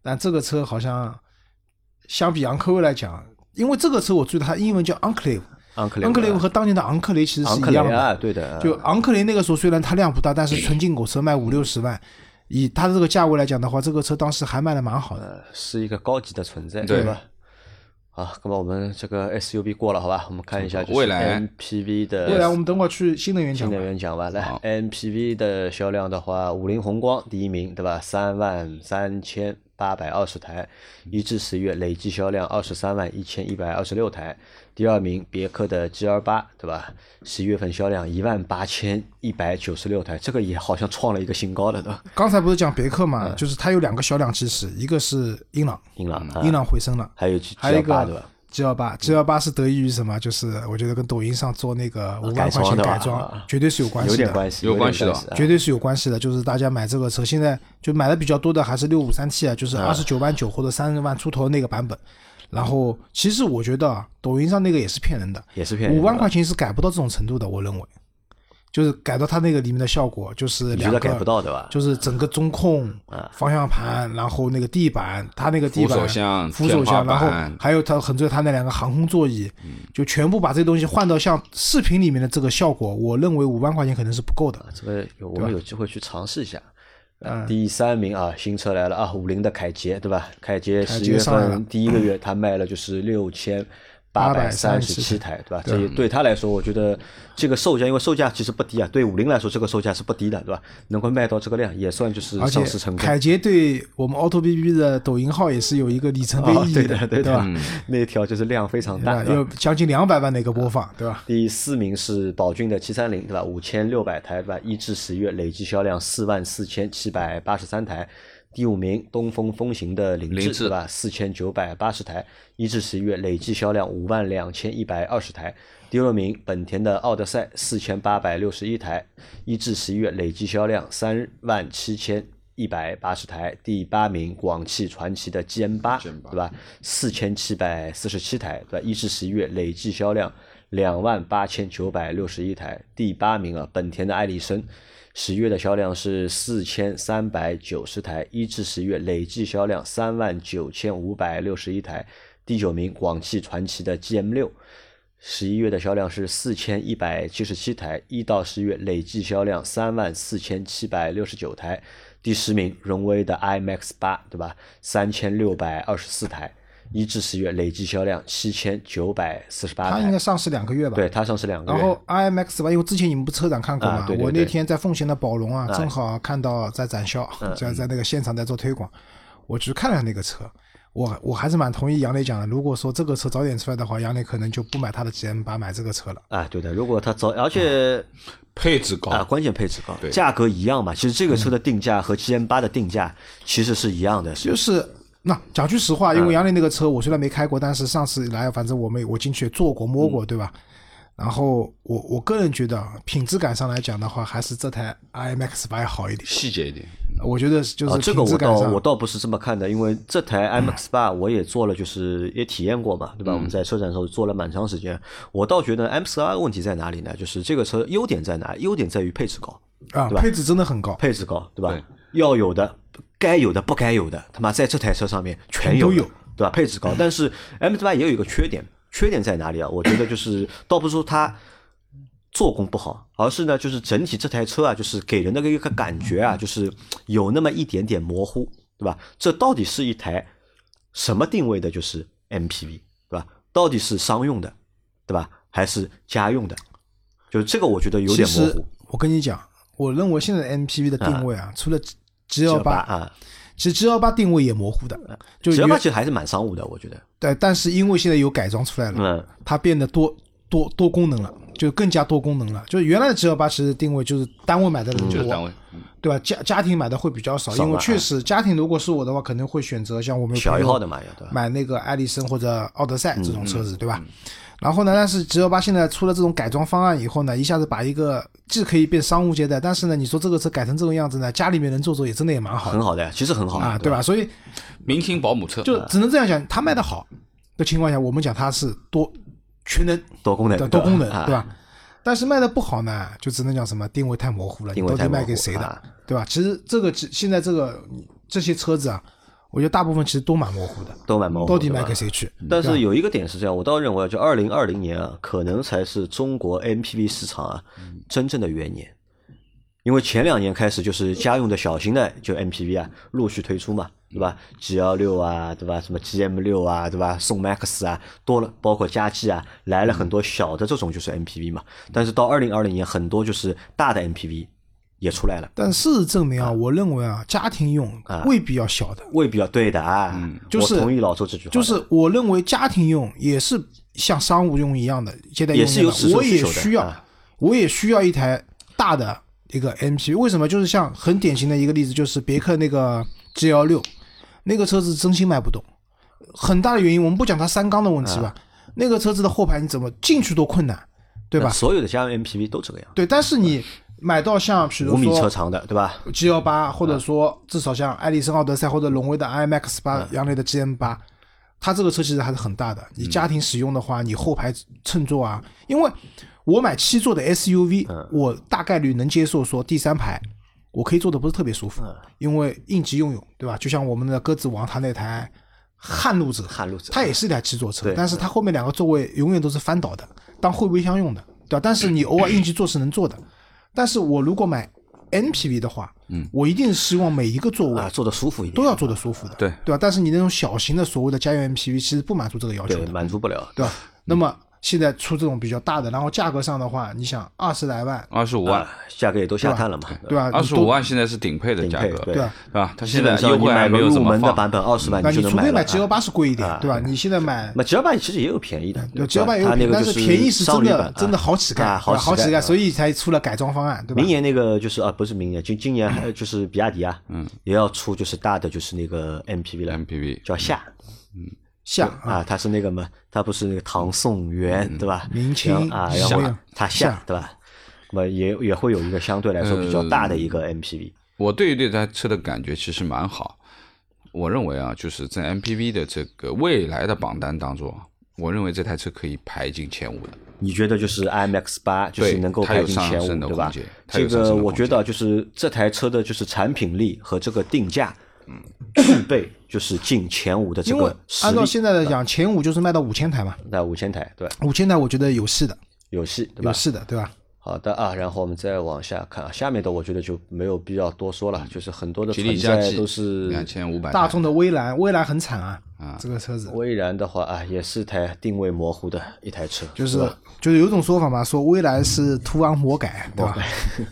S3: 但这个车好像相比昂科威来讲，因为这个车我注意到它英文叫 Enclave，
S2: 昂克雷
S3: e n c l a v e 和当年的昂克雷其实是
S2: 昂克
S3: 一
S2: 雷
S3: 样的，
S2: 啊，对的，
S3: 就昂克雷那个时候虽然它量不大，但是纯进口车卖五六十万，以它这个价位来讲的话，这个车当时还卖的蛮好的。
S2: 呃是一个高级的存在
S1: 对
S2: 吧？好，那么我们这个 SUV 过了，好吧？我们看一下就是
S1: 未来
S2: MPV 的
S3: 未来我们等会儿去新能源讲
S2: 新
S3: 吧
S2: 能。源讲完了
S1: 好
S2: ，MPV 的销量的话，五菱宏光第一名，对吧？三万三千八百二十台，一至十月累计销量二十三万一千一百二十六台。第二名，别克的 GL 八，对吧？十一月份销量一万八千一百九十六台，这个也好像创了一个新高了，对吧？
S3: 刚才不是讲别克嘛，
S2: 嗯
S3: 就是它有两个小两栖齿，一个是英朗，
S2: 英朗啊，
S3: 英朗回升了，
S2: 还有 G
S3: 还有一
S2: GL 八，对
S3: 个
S2: 吧？嗯
S3: G 幺八，G 幺八是得益于什么？就是我觉得跟抖音上做那个五万
S2: 啊改
S3: 块
S2: 装
S3: 钱
S2: 的吧啊
S3: 改装，绝对是有关
S2: 有
S3: 系
S2: 点
S3: 的，
S2: 关系，
S1: 有
S2: 关
S1: 关系的
S2: 啊
S3: 绝对是有关系的。就是大家买这个车，现在就买的比较多的还是六五三 T 啊，就是二十九万九或者三十万出头那个版本。然后其实我觉得啊，抖音上那个也是骗人的，
S2: 也是骗人的
S3: 五万块钱是改不到这种程度的，我认为，就是改到它那个里面的效果，就是
S2: 你觉
S3: 两
S2: 得
S3: 个
S2: 改不到对吧？
S3: 就是整个中控、方向盘，然后那个地板，它那个地板、
S1: 扶手箱
S3: 扶手箱，
S1: 天
S3: 然
S1: 花板
S3: 后还有它很重要，它那两个航空座椅，就全部把这些东西换到像视频里面的这个效果，我认为五万块钱可能是不够的。
S2: 啊这个有我们有机会去尝试一下。呃
S3: 嗯
S2: 第三名啊，新车来了啊，五菱的凯捷，对吧？凯捷
S3: 凯
S2: 十
S3: 捷
S2: 一月
S3: 上来了
S2: 份第一个月，它卖了就是六千八百三十七
S3: 837
S2: 台，对吧？这也对它来说，我觉得这个售价，因为售价其实不低啊，对五菱来说，这个售价是不低的，对吧？能够卖到这个量，也算就是
S3: 而且
S2: 上市成功。
S3: 凯捷对我们 Auto BB 的抖音号也是有一个里程碑
S2: 啊，
S3: 意义
S2: 对
S3: 的，
S2: 对
S3: 吧？
S2: 的， 那一条就是量非常
S3: 对
S2: 大，
S3: 吧？
S2: 对吧
S3: 有将近两百万的一个播放，对吧？
S2: 第四名是宝骏的七三零，对吧？五千六百台，对吧？一至十月累计销量四万四千七百八十三台。第五名，东风风行的凌
S1: 凌
S2: 志，
S1: 志
S2: 对吧？四千九百八十台，一至十月累计销量五万两千一百二十台。第六名，本田的奥德赛四千八百六十一台，一至十月累计销量三万七千一百八十台。第八名，广汽传祺的 GM 八，对吧？四千七百四十七台，对吧？一至十一月累计销量两万八千九百六十一台。第八名啊，本田的艾力绅，十月的销量是四千三百九十台，一至十月累计销量三万九千五百六十一台。第九名，广汽传祺的 GM 六。十一月的销量是四千一百七十七台，一到十月累计销量三万四千七百六十九台。第十名，荣威的 iMAX 八，对吧？三千六百二十四台，一至十月累计销量七千九百四十八
S3: 它
S2: 台。
S3: 应该上市两个月吧？
S2: 对，它上市两个
S3: 然
S2: 月。
S3: 后 IMX 吧，因为之前你们不车展看过嘛，
S2: 啊对对
S3: 我
S2: 对
S3: 那天在奉贤的宝龙啊，正好看到在展销，
S2: 嗯
S3: 就、在那个现场在做推广，我去看了那个车，我我还是蛮同意杨磊讲的，如果说这个车早点出来的话，杨磊可能就不买他的 GM 八，买这个车了。
S2: 啊，对的，如果它早，而
S3: 啊
S2: 且
S1: 配置高
S2: 啊，关键配置高，
S1: 对
S2: 价格一样嘛。其实这个
S3: 嗯
S2: 车的定价和 GM 八的定价其实是一样的，是
S3: 就是那讲句实话，
S2: 嗯
S3: 因为杨磊那个车我虽然没开过，但是上次来反正我们我进去也坐过摸
S2: 嗯
S3: 过，对吧？然后我我个人觉得啊品质感上来讲的话，还是这台 IMX 八要好一点。
S1: 细节一点。
S3: 我觉得就
S2: 啊，
S3: 是
S2: 这个
S3: 品质嗯
S2: 我
S3: 感
S2: 倒
S3: 上，
S2: 我倒不是这么看的，因为这台 IMAX 八我也做了，就是也体验过嘛，
S3: 嗯
S2: 对吧？我们在车展的时候做了蛮长时间。我倒觉得 IMAX 八问题在哪里呢？就是这个车优点在哪？优点在于配置高，
S3: 啊
S2: 对吧
S3: 配置真的很高。
S2: 配置高，对吧？
S1: 对
S2: 要有的、该有的、不该有的，他妈在这台车上面全有，
S3: 都有嗯
S2: 对吧？配置高，但是 M 八也有一个缺点，缺点在哪里啊？我觉得就是倒不是说它做工不好，而是呢，就是整体这台车啊，就是给人的一个感觉啊，就是有那么一点点模糊，对吧？这到底是一台什么定位的？就是 MPV，对吧？到底是商用的，对吧？还是家用的？就是这个，我觉得有
S3: 其
S2: 点模
S3: 实
S2: 糊。
S3: 我跟你讲，我认为现在的 MPV 的定位啊，除了 G 幺
S2: 吧？
S3: 八，
S2: 啊，
S3: 其实 G 幺八定位也模糊的，就
S2: 嗯只要它
S3: 原
S2: 其实还是蛮商务的，我觉得。
S3: 对，但是因为现在有改装出来了，
S2: 嗯，
S3: 它变得多多多功能了，就更加多功能了。就是原来的 G 幺八其实定位就是单位买的人多，
S1: 就是单位，嗯
S3: 对吧？家家庭买的会比较少，
S2: 少吧嗯
S3: 因为确实家庭如果是我的话，可能会选择像我们有
S2: 小一
S3: 朋友
S2: 号的嘛，要对吧？嗯
S3: 买那个艾力绅或者奥德赛这种车子，对吧？然后呢，但是 G 幺八现在出了这种改装方案以后呢，一下子把一个既可以变商务接待，但是呢，你说这个车改成这种样子呢，家里面人坐坐也真的也蛮好的
S2: 很好的，其实很好
S3: 啊，对
S2: 对吧？
S3: 吧？所以
S1: 明星保姆车
S3: 就只能这样讲，它卖的好的情况下，我们讲它是多全能
S2: 多功能
S3: 的
S2: 的，
S3: 多功能，
S2: 啊
S3: 对吧？但是卖的不好呢，就只能讲什么定位太模糊了，你
S2: 定位
S3: 到
S2: 太
S3: 底
S2: 模
S3: 卖
S2: 糊
S3: 给谁的
S2: 啊，
S3: 对吧？其实这个现在这个这些车子啊，我觉得大部分其实都蛮模糊的，
S2: 都蛮模糊，
S3: 到底
S2: 对吧
S3: 卖给？谁去？
S2: 但是有一个点是这样，我倒认为啊，就二零二零年啊，可能才是中国 MPV 市场啊
S3: 嗯
S2: 真正的元年，因为前两年开始就是家用的小型的就 MPV
S3: 嗯
S2: 啊陆续推出嘛，对吧？G 幺六啊，对吧？什么 GM 六啊，对吧？宋 MAX 啊，多了，包括佳绩啊，来
S3: 嗯
S2: 了很多小的这种就是 MPV 嘛。但是到二零二零年，很多就是大的 MPV 也出来了，
S3: 但事实证明啊，我认为啊，家庭用
S2: 啊
S3: 未必要小的，
S2: 未必要对的啊。
S3: 嗯就是
S2: 我同意老周这句话的，
S3: 就是我认为家庭用也是像商务用一样的接待用
S2: 也是有
S3: 一样
S2: 尺
S3: 的，
S2: 寸
S3: 我也
S2: 需求的
S3: 需要，
S2: 啊
S3: 我也需要一台大的一个 MPV。为什么？就是像很典型的一个例子，就是别克那个 G 幺六，那个车子真心卖不动，很大的原因我们不讲它三缸的问题
S2: 啊
S3: 吧，那个车子的后排你怎么进去都困难，对吧？
S2: 所有的家用 MPV 都这个样，
S3: 对，但是你买到像比如
S2: 五
S3: 说
S2: 米车长的，对吧？
S3: G 幺八，或者说至少像艾力绅、奥德赛或者荣威的 IMAX 八、杨磊的 GM 八，它这个车其实还是很大的。你家庭使用的话，你后排乘坐啊，因为我买七座的 SUV，我大概率能接受说第三排我可以坐的不是特别舒服，因为应急用用，对吧？就像我们的鸽子王它那台撼路者，
S2: 撼路者
S3: 它也是一台七座车
S2: 对，
S3: 但是它后面两个座位永远都是翻倒的，当后备箱用的，对吧？但是你偶尔应急坐是能坐的，但是我如果买 MPV 的话，嗯，我一定希望每一个座位
S2: 啊，坐的舒服一点，
S3: 都要坐得舒服的，
S1: 对
S3: 对吧？但是你那种小型的所谓的家用 MPV 其实不满足这个要求
S2: 对
S3: 的，
S2: 满足不了。
S3: 对吧？那么现在出这种比较大的，然后价格上的话，你想二十来万，
S1: 二十五万
S2: 啊，，价格也都下探了嘛，
S3: 对吧？
S1: 二
S3: 你
S1: 十
S3: 都
S1: 五万现在是顶配的
S2: 顶
S1: 价
S2: 配
S1: 格，
S2: 对
S3: 对吧？
S1: 对吧？它
S2: 基
S1: 现
S2: 本
S1: 在
S2: 上
S1: 优
S2: 你
S1: 惠
S2: 买
S1: 还
S2: 个
S1: 没有
S2: 入
S1: 怎么
S2: 门的版
S1: 放。
S2: 本二十万
S3: 那
S2: 就
S3: 你
S2: 能
S3: 除非
S2: 买
S3: 买
S2: 了。啊
S3: G L 八是贵一点，对吧？你现在买
S2: 那 G 幺八其实也有便宜的，对
S3: 对，G L 八也有
S2: 它
S3: 便
S2: 那
S3: 宜，
S2: 个
S3: 但
S2: 就是
S3: 便宜是
S2: 商
S3: 真
S2: 旅
S3: 的
S2: 版
S3: 真的好
S2: 啊
S3: 乞丐，对吧好
S2: 乞
S3: 乞丐，所
S2: 以
S3: 以才出了改装方案，对吧
S2: 明？年那个就是啊，不是明年，就今年还呃就是比亚迪啊，嗯，也要出就是大的就是那个 MPV 了
S1: MPV
S2: 叫夏
S3: 像啊，
S2: 啊，它是那个嘛，它不是那个唐宋元对吧？
S3: 嗯明清
S2: 然后啊，
S3: 是
S2: 然后
S3: 夏
S2: 它
S3: 夏
S2: 夏对吧？那么也也会有一个相对来说比较
S1: 呃
S2: 大的一个 MPV，
S1: 我对于这台车的感觉其实蛮好。我认为啊，就是在 MPV 的这个未来的榜单当中啊，我认为这台车可以排进前五的。
S2: 你觉得就是 IMX 八就是能够
S1: 它有
S2: 排进前
S1: 上升的
S2: 五，对吧
S1: 空间？它
S2: 这
S1: 有上升
S2: 个
S1: 的
S2: 我
S1: 空
S2: 觉
S1: 间
S2: 得就是这台车的就是产品力和这个定价，具备就是进前五的这
S3: 因为
S2: 个实
S3: 按照现
S2: 力。啊
S3: 在的讲，前五就是卖到五千台嘛，
S2: 那五千台对，
S3: 五千台我觉得有戏的，
S2: 有戏对吧
S3: 有？戏的，对吧？
S2: 好的啊，然后我们再往下看啊，下面的我觉得就没有必要多说了，就是很多的
S1: 嗯吉
S2: 存
S1: 利嘉
S2: 在
S1: 际
S2: 都是
S1: 两千
S2: 哎
S1: 五百，
S3: 大众的威兰，威兰很惨啊，这个车子
S2: 蔚然的话啊，也是台定位模糊的一台车，
S3: 就是
S2: 吧嗯
S3: 就是有种说法嘛，说威兰是途昂魔改，对吧？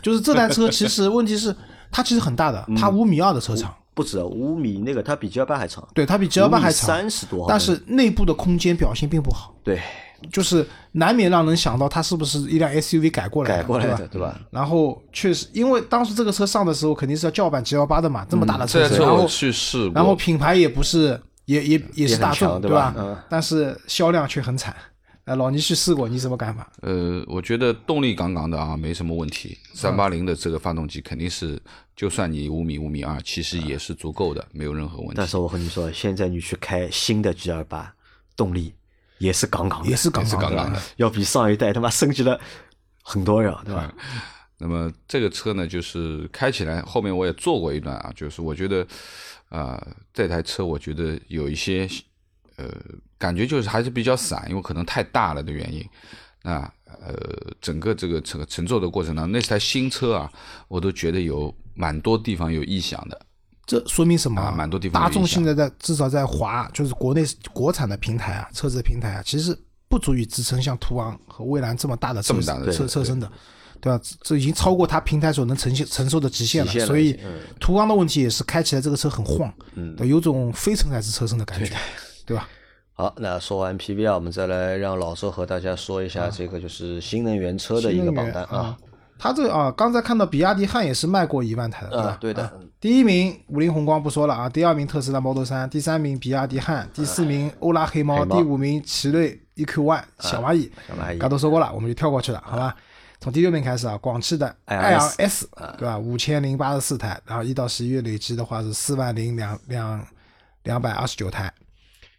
S3: 就是这台车其实问题是它其实很大的，它五米二的车长，
S2: 不止嗯五米那个，它比 G 幺八还长，
S3: 对，它比 G L 八还长，
S2: 三十多毫米，
S3: 但是内部的空间表现并不好，
S2: 对
S3: 就是难免让人想到它是不是一辆 SUV 改过来
S2: 改
S3: 的，
S2: 过来
S3: 对
S2: 的
S3: 吧？
S2: 对吧？
S3: 然后确实，因为当时这个车上的时候肯定是要叫板 G L 八的嘛，这么大的
S2: 嗯
S1: 这
S3: 车
S1: 台
S3: 子，
S1: 车
S3: 然
S1: 我
S3: 后
S1: 去试过，
S3: 然后品牌也不是，也也也是
S2: 很
S3: 大众，
S2: 强对
S3: 吧
S2: 吧？嗯
S3: 但是销量却很惨。呃，老倪去试过，你什么看法？
S1: 呃，我觉得动力杠杠的啊，没什么问题。
S2: 嗯
S1: 三八零的这个发动机肯定是，就算你五米五米二，其实也是足够的，没有任何问
S2: 但
S1: 题。
S2: 是我和你说，现在你去开新的 G 二八，动力也是杠杠的，
S3: 也是杠杠的也是杠
S1: 杠的，
S2: 要比上一代他妈升级了很多呀，对吧？
S1: 嗯那么这个车呢，就是开起来，后面我也坐过一段啊，就是我觉得，呃，这台车我觉得有一些，呃，感觉就是还是比较散，因为可能太大了的原因。那呃，整个这个乘乘坐的过程当中，那台新车啊，我都觉得有蛮多地方有异响的。
S3: 这说明什么？
S1: 啊蛮多地方有
S3: 大众
S1: 影响
S3: 现在在至少在华，就是国内国产的平台啊，车子的平台啊，其实不足以支撑像途昂和蔚蓝这么大的车
S1: 这么大的
S3: 车
S1: 对
S3: 车身的，对吧、这这已经超过它平台所能承现承受的极限了。
S2: 极限了
S3: 所以
S2: 已经嗯
S3: 途昂的问题也是开起来这个车很晃，嗯，有种非承载式车身的感觉，对吧？
S2: 好，那说完 PV 啊，我们再来让老周和大家说一
S1: 嗯
S2: 下这个就是新能源车的一个榜单啊
S3: 啊。。他这个啊，刚才看到比亚迪汉也是卖过一万台的，对吧
S2: 啊，？对的，
S3: 第一名五菱宏光不说了啊，第二名特斯拉 Model 3，第三名比亚迪汉，第四名欧拉黑猫，
S2: 哎黑猫哎
S3: 第五名奇瑞 EQ1 小蚂蚁，
S2: 小蚂蚁嗯
S3: 刚都说过了，我们就跳过去了，好吧？从第六名开始啊，广汽的
S2: IRS
S3: 昂 S
S2: 嗯
S3: 对吧？五千零八十四台，然后一到十一月累计的话是四万零两两两百二十九台。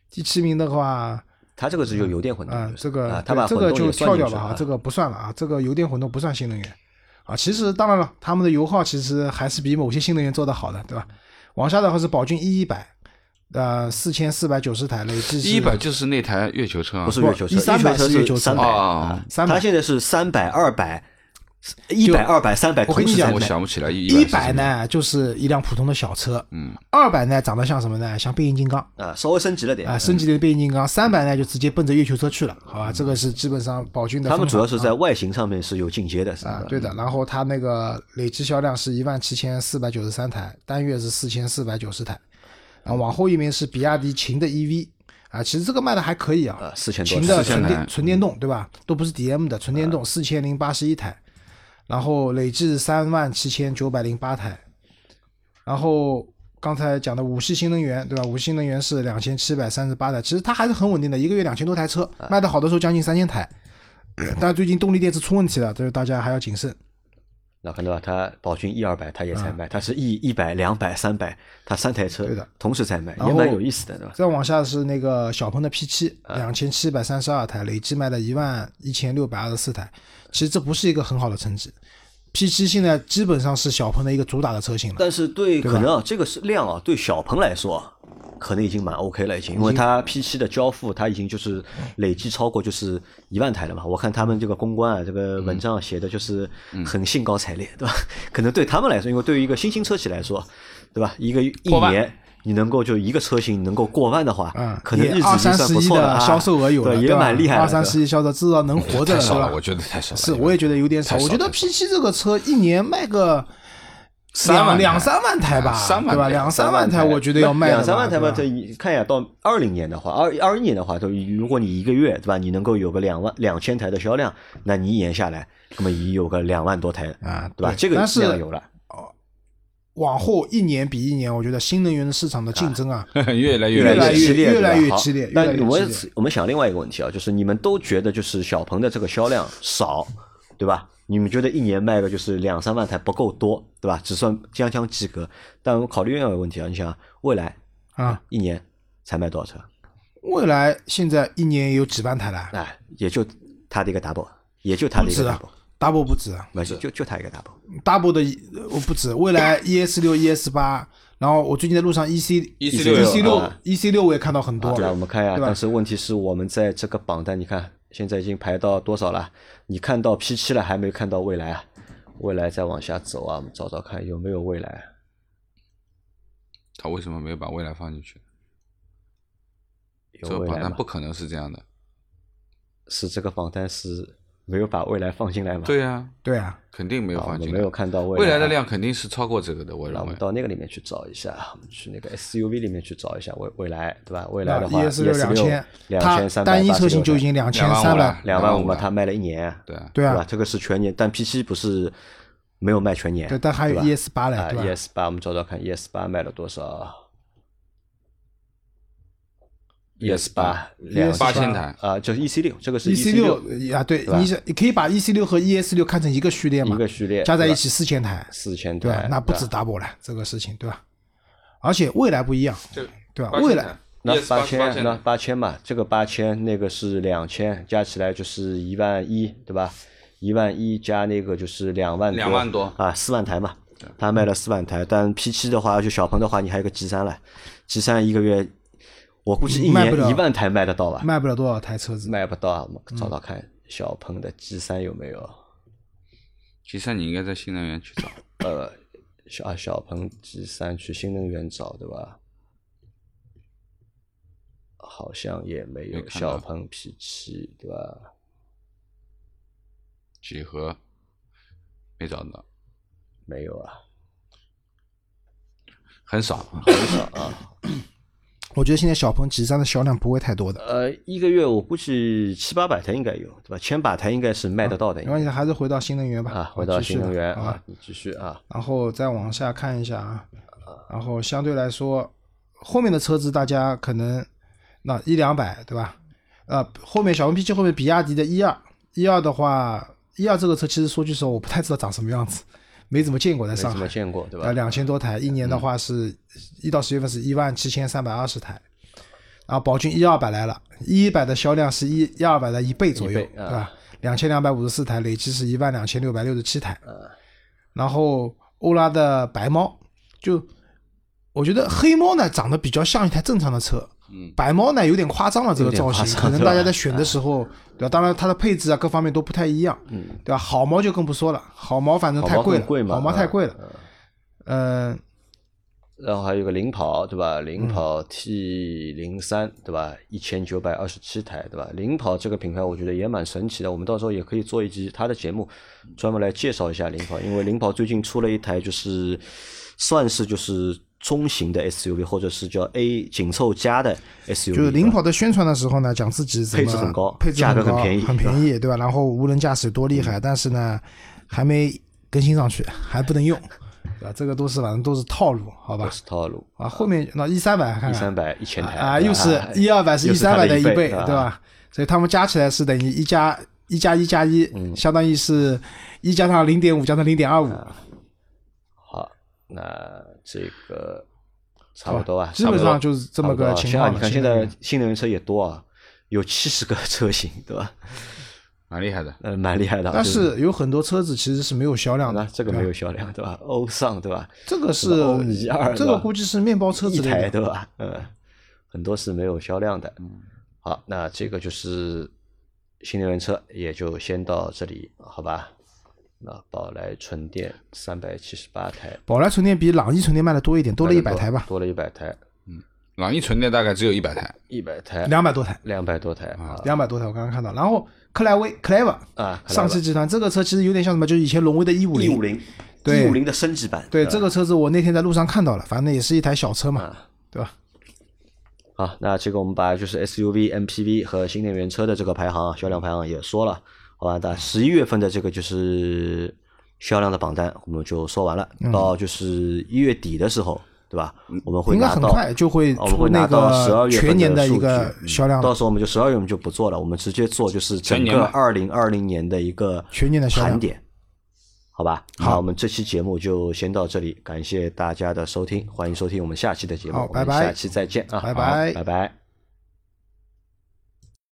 S3: 第七名的话，
S2: 它这个是有油电混动
S3: 啊
S2: 的，，
S3: 这个、
S2: 啊，它把
S3: 这
S2: 混
S3: 个
S2: 动
S3: 就
S2: 也
S3: 跳
S2: 算
S3: 掉
S2: 进
S3: 吧
S2: 去
S3: 哈
S2: 啊，
S3: 这个不算了啊，这个油电混动不算新能源啊。其实当然了，他们的油耗其实还是比某些新能源做得好的，对吧？往下的话是宝骏 E 一百，呃，四千四百九十台，累计是
S1: 一百就是那台越球车啊，
S2: 不是月球车，
S3: 一三百
S2: 月球
S3: 是月
S2: 车
S3: 球车
S2: 三
S1: 啊
S2: 百
S1: 啊啊
S2: 它现在是三百、二百、一百、二百、三百，
S3: 我跟你
S2: 同时在
S3: 讲
S2: 卖
S1: 我想不起来一
S3: 一
S1: 百
S3: 百呢就是一辆普通的小车，嗯，二百呢长得像什么呢？像变形金刚
S2: 啊，稍微升级了点
S3: 啊，。升级的变形金刚。三百呢就直接奔着月球车去了，好吧？这个是基本上宝骏的
S2: 他
S3: 风
S2: 们
S3: 格。
S2: 主要是
S3: 啊
S2: 在外形上面是有进阶的，是嗯吧
S3: 啊，？对的。然后它那个累计销量是一万七千四百九十三台，单月是四千四百九十台。啊，往后一名是比亚迪秦的 EV，啊，其实这个卖的还可以啊，
S2: 啊4000多
S3: 秦的
S1: 4000
S3: 纯
S1: 台
S3: 电纯电动对吧？都不是 DM 的纯电动，四千零八十一台，然后累计三万七千九百零八台，然后。刚才讲的五系新能源，对吧？五系新能源是两千七百三十八台，其实它还是很稳定的，一个月两千多台车，卖的好的时候将近三千台。但最近动力电池出问题了，这是大家还要谨慎。
S2: 那看到吧，他宝骏 E 二百他也在卖，他是 E 一百、两百、三百，他三台车
S3: 啊对的
S2: 同时在卖，
S3: 然
S2: 也
S3: 后
S2: 蛮有意思的，对吧？
S3: 再往下是那个小鹏的 P 七，
S2: 啊
S3: 两千七百三十二台，累计卖了一万一千六百二十四台。其实这不是一个很好的成绩。P 七现在基本上是小鹏的一个主打的车型了。
S2: 但是对
S3: 对
S2: 可
S3: 吧
S2: 能啊，这个是量啊，对小鹏来说啊，可能已经蛮 OK 了，已经，因为它 P 7的交付，它已经就是累计超过就是一万台了嘛。我看他们这个公关啊，这个文章啊写的就是
S3: 嗯
S2: 很兴高采烈，对吧？ 可能对他们来说，因为对于一个新兴车企来说，对吧？一个一
S1: 过万
S2: 年。你能够就一个车型能够过万的话，
S3: 嗯，
S2: 可能日子已
S3: 二
S2: 经
S3: 三
S2: 算
S3: 十
S2: 不
S3: 一
S2: 错了
S3: 的
S2: 啊。
S3: 销售额有了，
S2: 对，
S3: 对
S2: 也
S3: 吧
S2: 蛮厉害的。
S3: 二三十
S2: 对吧
S3: 一销售，至少能活着
S1: 太
S3: 是
S1: 少
S3: 吧
S1: 了，我？觉得太少了。
S3: 是，我也觉得有点少。
S1: 太少
S3: 我觉得
S1: 太
S3: P 七这个车一年卖个
S1: 三万
S3: 两
S1: 台
S3: 两三万台吧，
S1: 三万
S3: 对吧？
S1: 台
S3: 两
S2: 三
S3: 万
S2: 台，
S3: 我觉得要卖的吧
S2: 两三万台吧，
S3: 对
S2: 这一看一下，到二零年的话，二二一年的话，就如果你一个月对吧，你能够有个两万两千台的销量，那你一年下来，那么已有个两万多台
S3: 啊
S2: 对吧？
S3: 对
S2: 这个
S3: 但是
S2: 量有了，
S3: 往后一年比一年，我觉得新能源的市场的竞争啊，
S1: 越来越
S3: 越来越
S2: 激烈，
S3: 越来越
S2: 对吧
S3: 激烈
S2: 好
S3: 越来越
S2: 但我们
S3: 激烈
S2: 我们想另外一个问题啊，就是你们都觉得就是小鹏的这个销量少，对吧？你们觉得一年卖个就是两三万台不够多，对吧？只算将将及格。但我考虑另外一个问题啊，你想未来
S3: 啊，
S2: 一年才卖多少车？
S3: 未来现在一年有几万台了？
S2: 哎，也就他的一个 double，也就他
S3: 不
S2: 的一
S3: 止
S2: 个
S3: 啊
S2: double，
S3: ，double 不止啊
S2: 没就就就他一个 double，
S3: ，double 的呃我不止。未来 ES 六、ES 八，然后我最近在路上 E EC
S2: E
S1: EC6
S3: EC 六
S2: 啊
S3: EC 六我也看到很多
S2: 来我们看一下，
S3: 对吧
S2: 但是问题是我们在这个榜单，你看现在已经排到多少了？你看到 P 七了，还没看到未来啊？未来再往下走啊，我们找找看有没有未来。
S1: 他为什么没有把未来放进去？
S2: 有
S1: 这个
S2: 未
S1: 榜
S2: 来
S1: 单
S2: 吗
S1: 不？可能是这样的。
S2: 是这个榜单是没有把未来放进来吗？
S1: 对呀，
S3: 对啊，
S1: 肯定没有
S2: 啊，我
S1: 放
S2: 们
S1: 进
S2: 没
S1: 来
S2: 有。看到未来
S1: 未来的
S2: 啊
S1: 量肯定是超过这个的，我
S2: 那
S1: 认
S2: 我
S1: 为
S2: 们。到那个里面去找一下，我们去那个 SUV 里面去找一下未未来，对吧？未来
S3: 那
S2: 的话 E
S3: ES 六两千，
S2: 两千
S3: 它
S2: 三
S3: 单一车型就已经两千三百，
S2: 两万五
S1: 25,000
S2: 嘛，它卖了一年，
S1: 对啊，
S3: 对
S2: 吧？
S3: 啊，
S2: 这个是全年，但 P 7不是没有卖全年，
S3: 对，但还有
S2: 吧
S3: ES 八嘞，
S2: 啊
S3: 对吧？
S2: ，ES 八，我们找找看，ES 八卖了多少
S1: ES8
S2: 八两
S1: 八
S3: ES8
S1: 千台，
S2: 啊，就是 EC 六，这个是
S3: EC
S2: 六
S3: 六啊，对，
S2: 吧
S3: 你你可以把 EC 六和 ES 六看成一个序列
S2: 一
S3: 嘛，
S2: 个序列
S3: 加在一起四千台，
S2: 四千
S3: 对啊
S2: 台
S3: 吧？，那不
S2: 对
S3: 止
S2: 吧
S3: double 了，这个事情，对吧？而且未来不一样，
S1: 这
S3: 对吧？未来
S2: 啊那
S1: 八
S2: 八千，那八千嘛，这个八千，那个是两千，加起来就是一万一，对吧？一万一加那个就是两万
S1: 两万多
S2: 啊，四万台嘛，他卖了四万台。但 P 七的话，就小鹏的话，你还有个 G 三了，G 三一个月，我估计一
S3: 卖
S2: 年
S3: 不了
S2: 一万台卖得到吧？
S3: 卖嗯不了多少台车子，
S2: 卖不到啊，我们找找看小鹏的 G 三有没有？
S1: 其实你应该在新能源去找。
S2: 呃，小啊小鹏 G 三去新能源找对吧？好像也没
S1: 没
S2: 有
S1: 看到
S2: 小鹏 P 七对吧？
S1: 几何没找到，
S2: 没有啊，
S1: 很少。
S3: 我觉得现在小鹏 G 三的销量不会太多的，
S2: 呃，一个月我估计七八百台应该有对吧？千把台应该是卖得到的，
S3: 啊没
S2: 应
S3: 关
S2: 该
S3: 系，还是回到新能源吧。
S2: 啊。
S3: 好
S2: 回到
S3: 继续
S2: 新能源
S3: 吧好吧
S2: 啊，你继续啊，
S3: 然后再往下看一下啊，然后相对来说，后面的车子大家可能那一两百对吧？呃，后面小鹏 P 7后面比亚迪的一二一二的话，一二这个车其实说句实话，我不太知道长什么样子，没怎么见过在
S2: 没
S3: 上
S2: 怎
S3: 海
S2: 么。见过对吧嗯
S3: 呃，？两千多台，一年的话是一到十月份是一万七千三百二十台，然后宝骏一二百来了，一百的销量是一一二百的一倍左右，
S2: 一倍啊
S3: 对吧？两千两百五十四台，累计是一万两千六百六十七台。
S2: 啊
S3: 然后欧拉的白猫，就我觉得黑猫呢长得比较像一台正常的车，白猫呢有点夸张了，这个
S2: 嗯
S3: 造
S2: 有点夸
S3: 型，
S2: 张啊
S3: 可能
S2: 对吧
S3: 大家在选的时候，对吧？当然它的配置啊各方面都不太一样，对吧？好猫就更不说了，好猫反正
S2: 嗯好
S3: 太
S2: 猫
S3: 贵
S2: 更
S3: 了，
S2: 贵嘛，
S3: 好猫太
S2: 嗯
S3: 贵了，。嗯，
S2: 然后还有个领跑，对吧？领跑 T 零三，对吧？一千九百二十七台，对吧？领跑这个品牌，我觉得也蛮神奇的。我们到时候也可以做一集它的节目，专门来介绍一下领跑，因为领跑最近出了一台，就是算是就是中型的 SUV，或者是叫 A 紧凑加的 SUV，
S3: 就是领
S2: 对吧
S3: 跑的宣传的时候呢，讲自己怎么
S2: 配置很高
S3: 配置
S2: 价格
S3: 很
S2: 很
S3: 高
S2: 便宜嗯
S3: 很便宜，对吧？然后无人驾驶多厉害，但是呢，还没更新上去，还不能用，对吧？这个都是反正都是套路，好吧
S2: 都？是套路
S3: 啊，后面那一三百看看，
S2: 一三百一千台
S3: 啊，又是一二百是
S2: 又
S3: 一
S2: 是它
S3: 三百
S2: 的
S3: 一
S2: 一
S3: 倍，
S2: 倍
S3: 对
S2: 啊
S3: 吧？所以他们加起来是等于一加一加一加一，
S2: 嗯
S3: 相当于是一加上零点五加上零点二五，
S2: 啊好，那这个差不多吧，
S3: 基本
S2: 差不多
S3: 上就是这么个情况
S2: 差不多啊
S3: 现
S2: 现
S3: 在
S2: 在你看，现在新能源车也多啊，有七十个车型，对吧？
S1: 蛮厉害的。
S2: 呃，蛮厉害的啊。
S3: 但
S2: 就是
S3: 有很多车子其实是没有销量
S2: 那
S3: 的，
S2: 这个
S3: 对吧啊
S2: 没有销量，对吧？欧尚，对吧？
S3: 这个是
S2: 什么 O12
S3: 这
S2: 对
S3: 个
S2: 吧
S3: 估计是面包车
S2: 一
S3: 之
S2: 台，
S3: 类的。
S2: 对吧？嗯，很多是没有销量的。
S3: 嗯
S2: 好，那这个就是新能源车，也就先到这里，好吧？那宝来纯电三百七十八台，
S3: 宝来纯电比朗逸纯电卖的多一点，多了一百台吧，
S2: 多了一百台，
S1: 朗逸纯电大概只有一百台，
S2: 一百台，
S3: 两百多台，
S2: 两百多台啊
S3: 两百多台我刚刚看到。然后克莱威 Clever
S2: 啊！
S3: 上汽集团这个车其实有点像什么，就是以前荣威的一五
S2: 一五
S3: 零，
S2: 零，嗯
S3: 对
S2: 一五零的升级版，
S3: 对
S2: 吧
S3: 这个车子我那天在路上看到了，反正也是一台小车嘛，
S2: 啊。
S3: 对吧？
S2: 好，那这个我们把就是 SUV、MPV 和新能源车的这个排行啊销量排行也说了，好吧？那十一月份的这个就是销量的榜单我们就说完了，
S3: 嗯
S2: 到就是一月底的时候，对吧？我们会
S3: 应该
S2: 拿
S3: 很
S2: 到
S3: 快就会
S2: 哦我们
S3: 出
S2: 会
S3: 那
S2: 拿到十二
S3: 个
S2: 月份
S3: 全年的一
S2: 数据
S3: 个
S2: 嗯
S3: 销量
S2: 到时候我们就十二月我们就不做了，我们直接做就是整
S1: 全年
S2: 个
S1: 吧
S2: 二零二零年的一个
S3: 全年的销量
S2: 盘点，好吧？
S3: 好
S2: 那我们这期节目就先到这里，感谢大家的收听，欢迎收听我们下期的节目，
S3: 好
S2: 我们
S3: 拜拜
S2: 下期再见啊，
S3: 拜
S2: 好
S3: 拜
S2: 拜拜。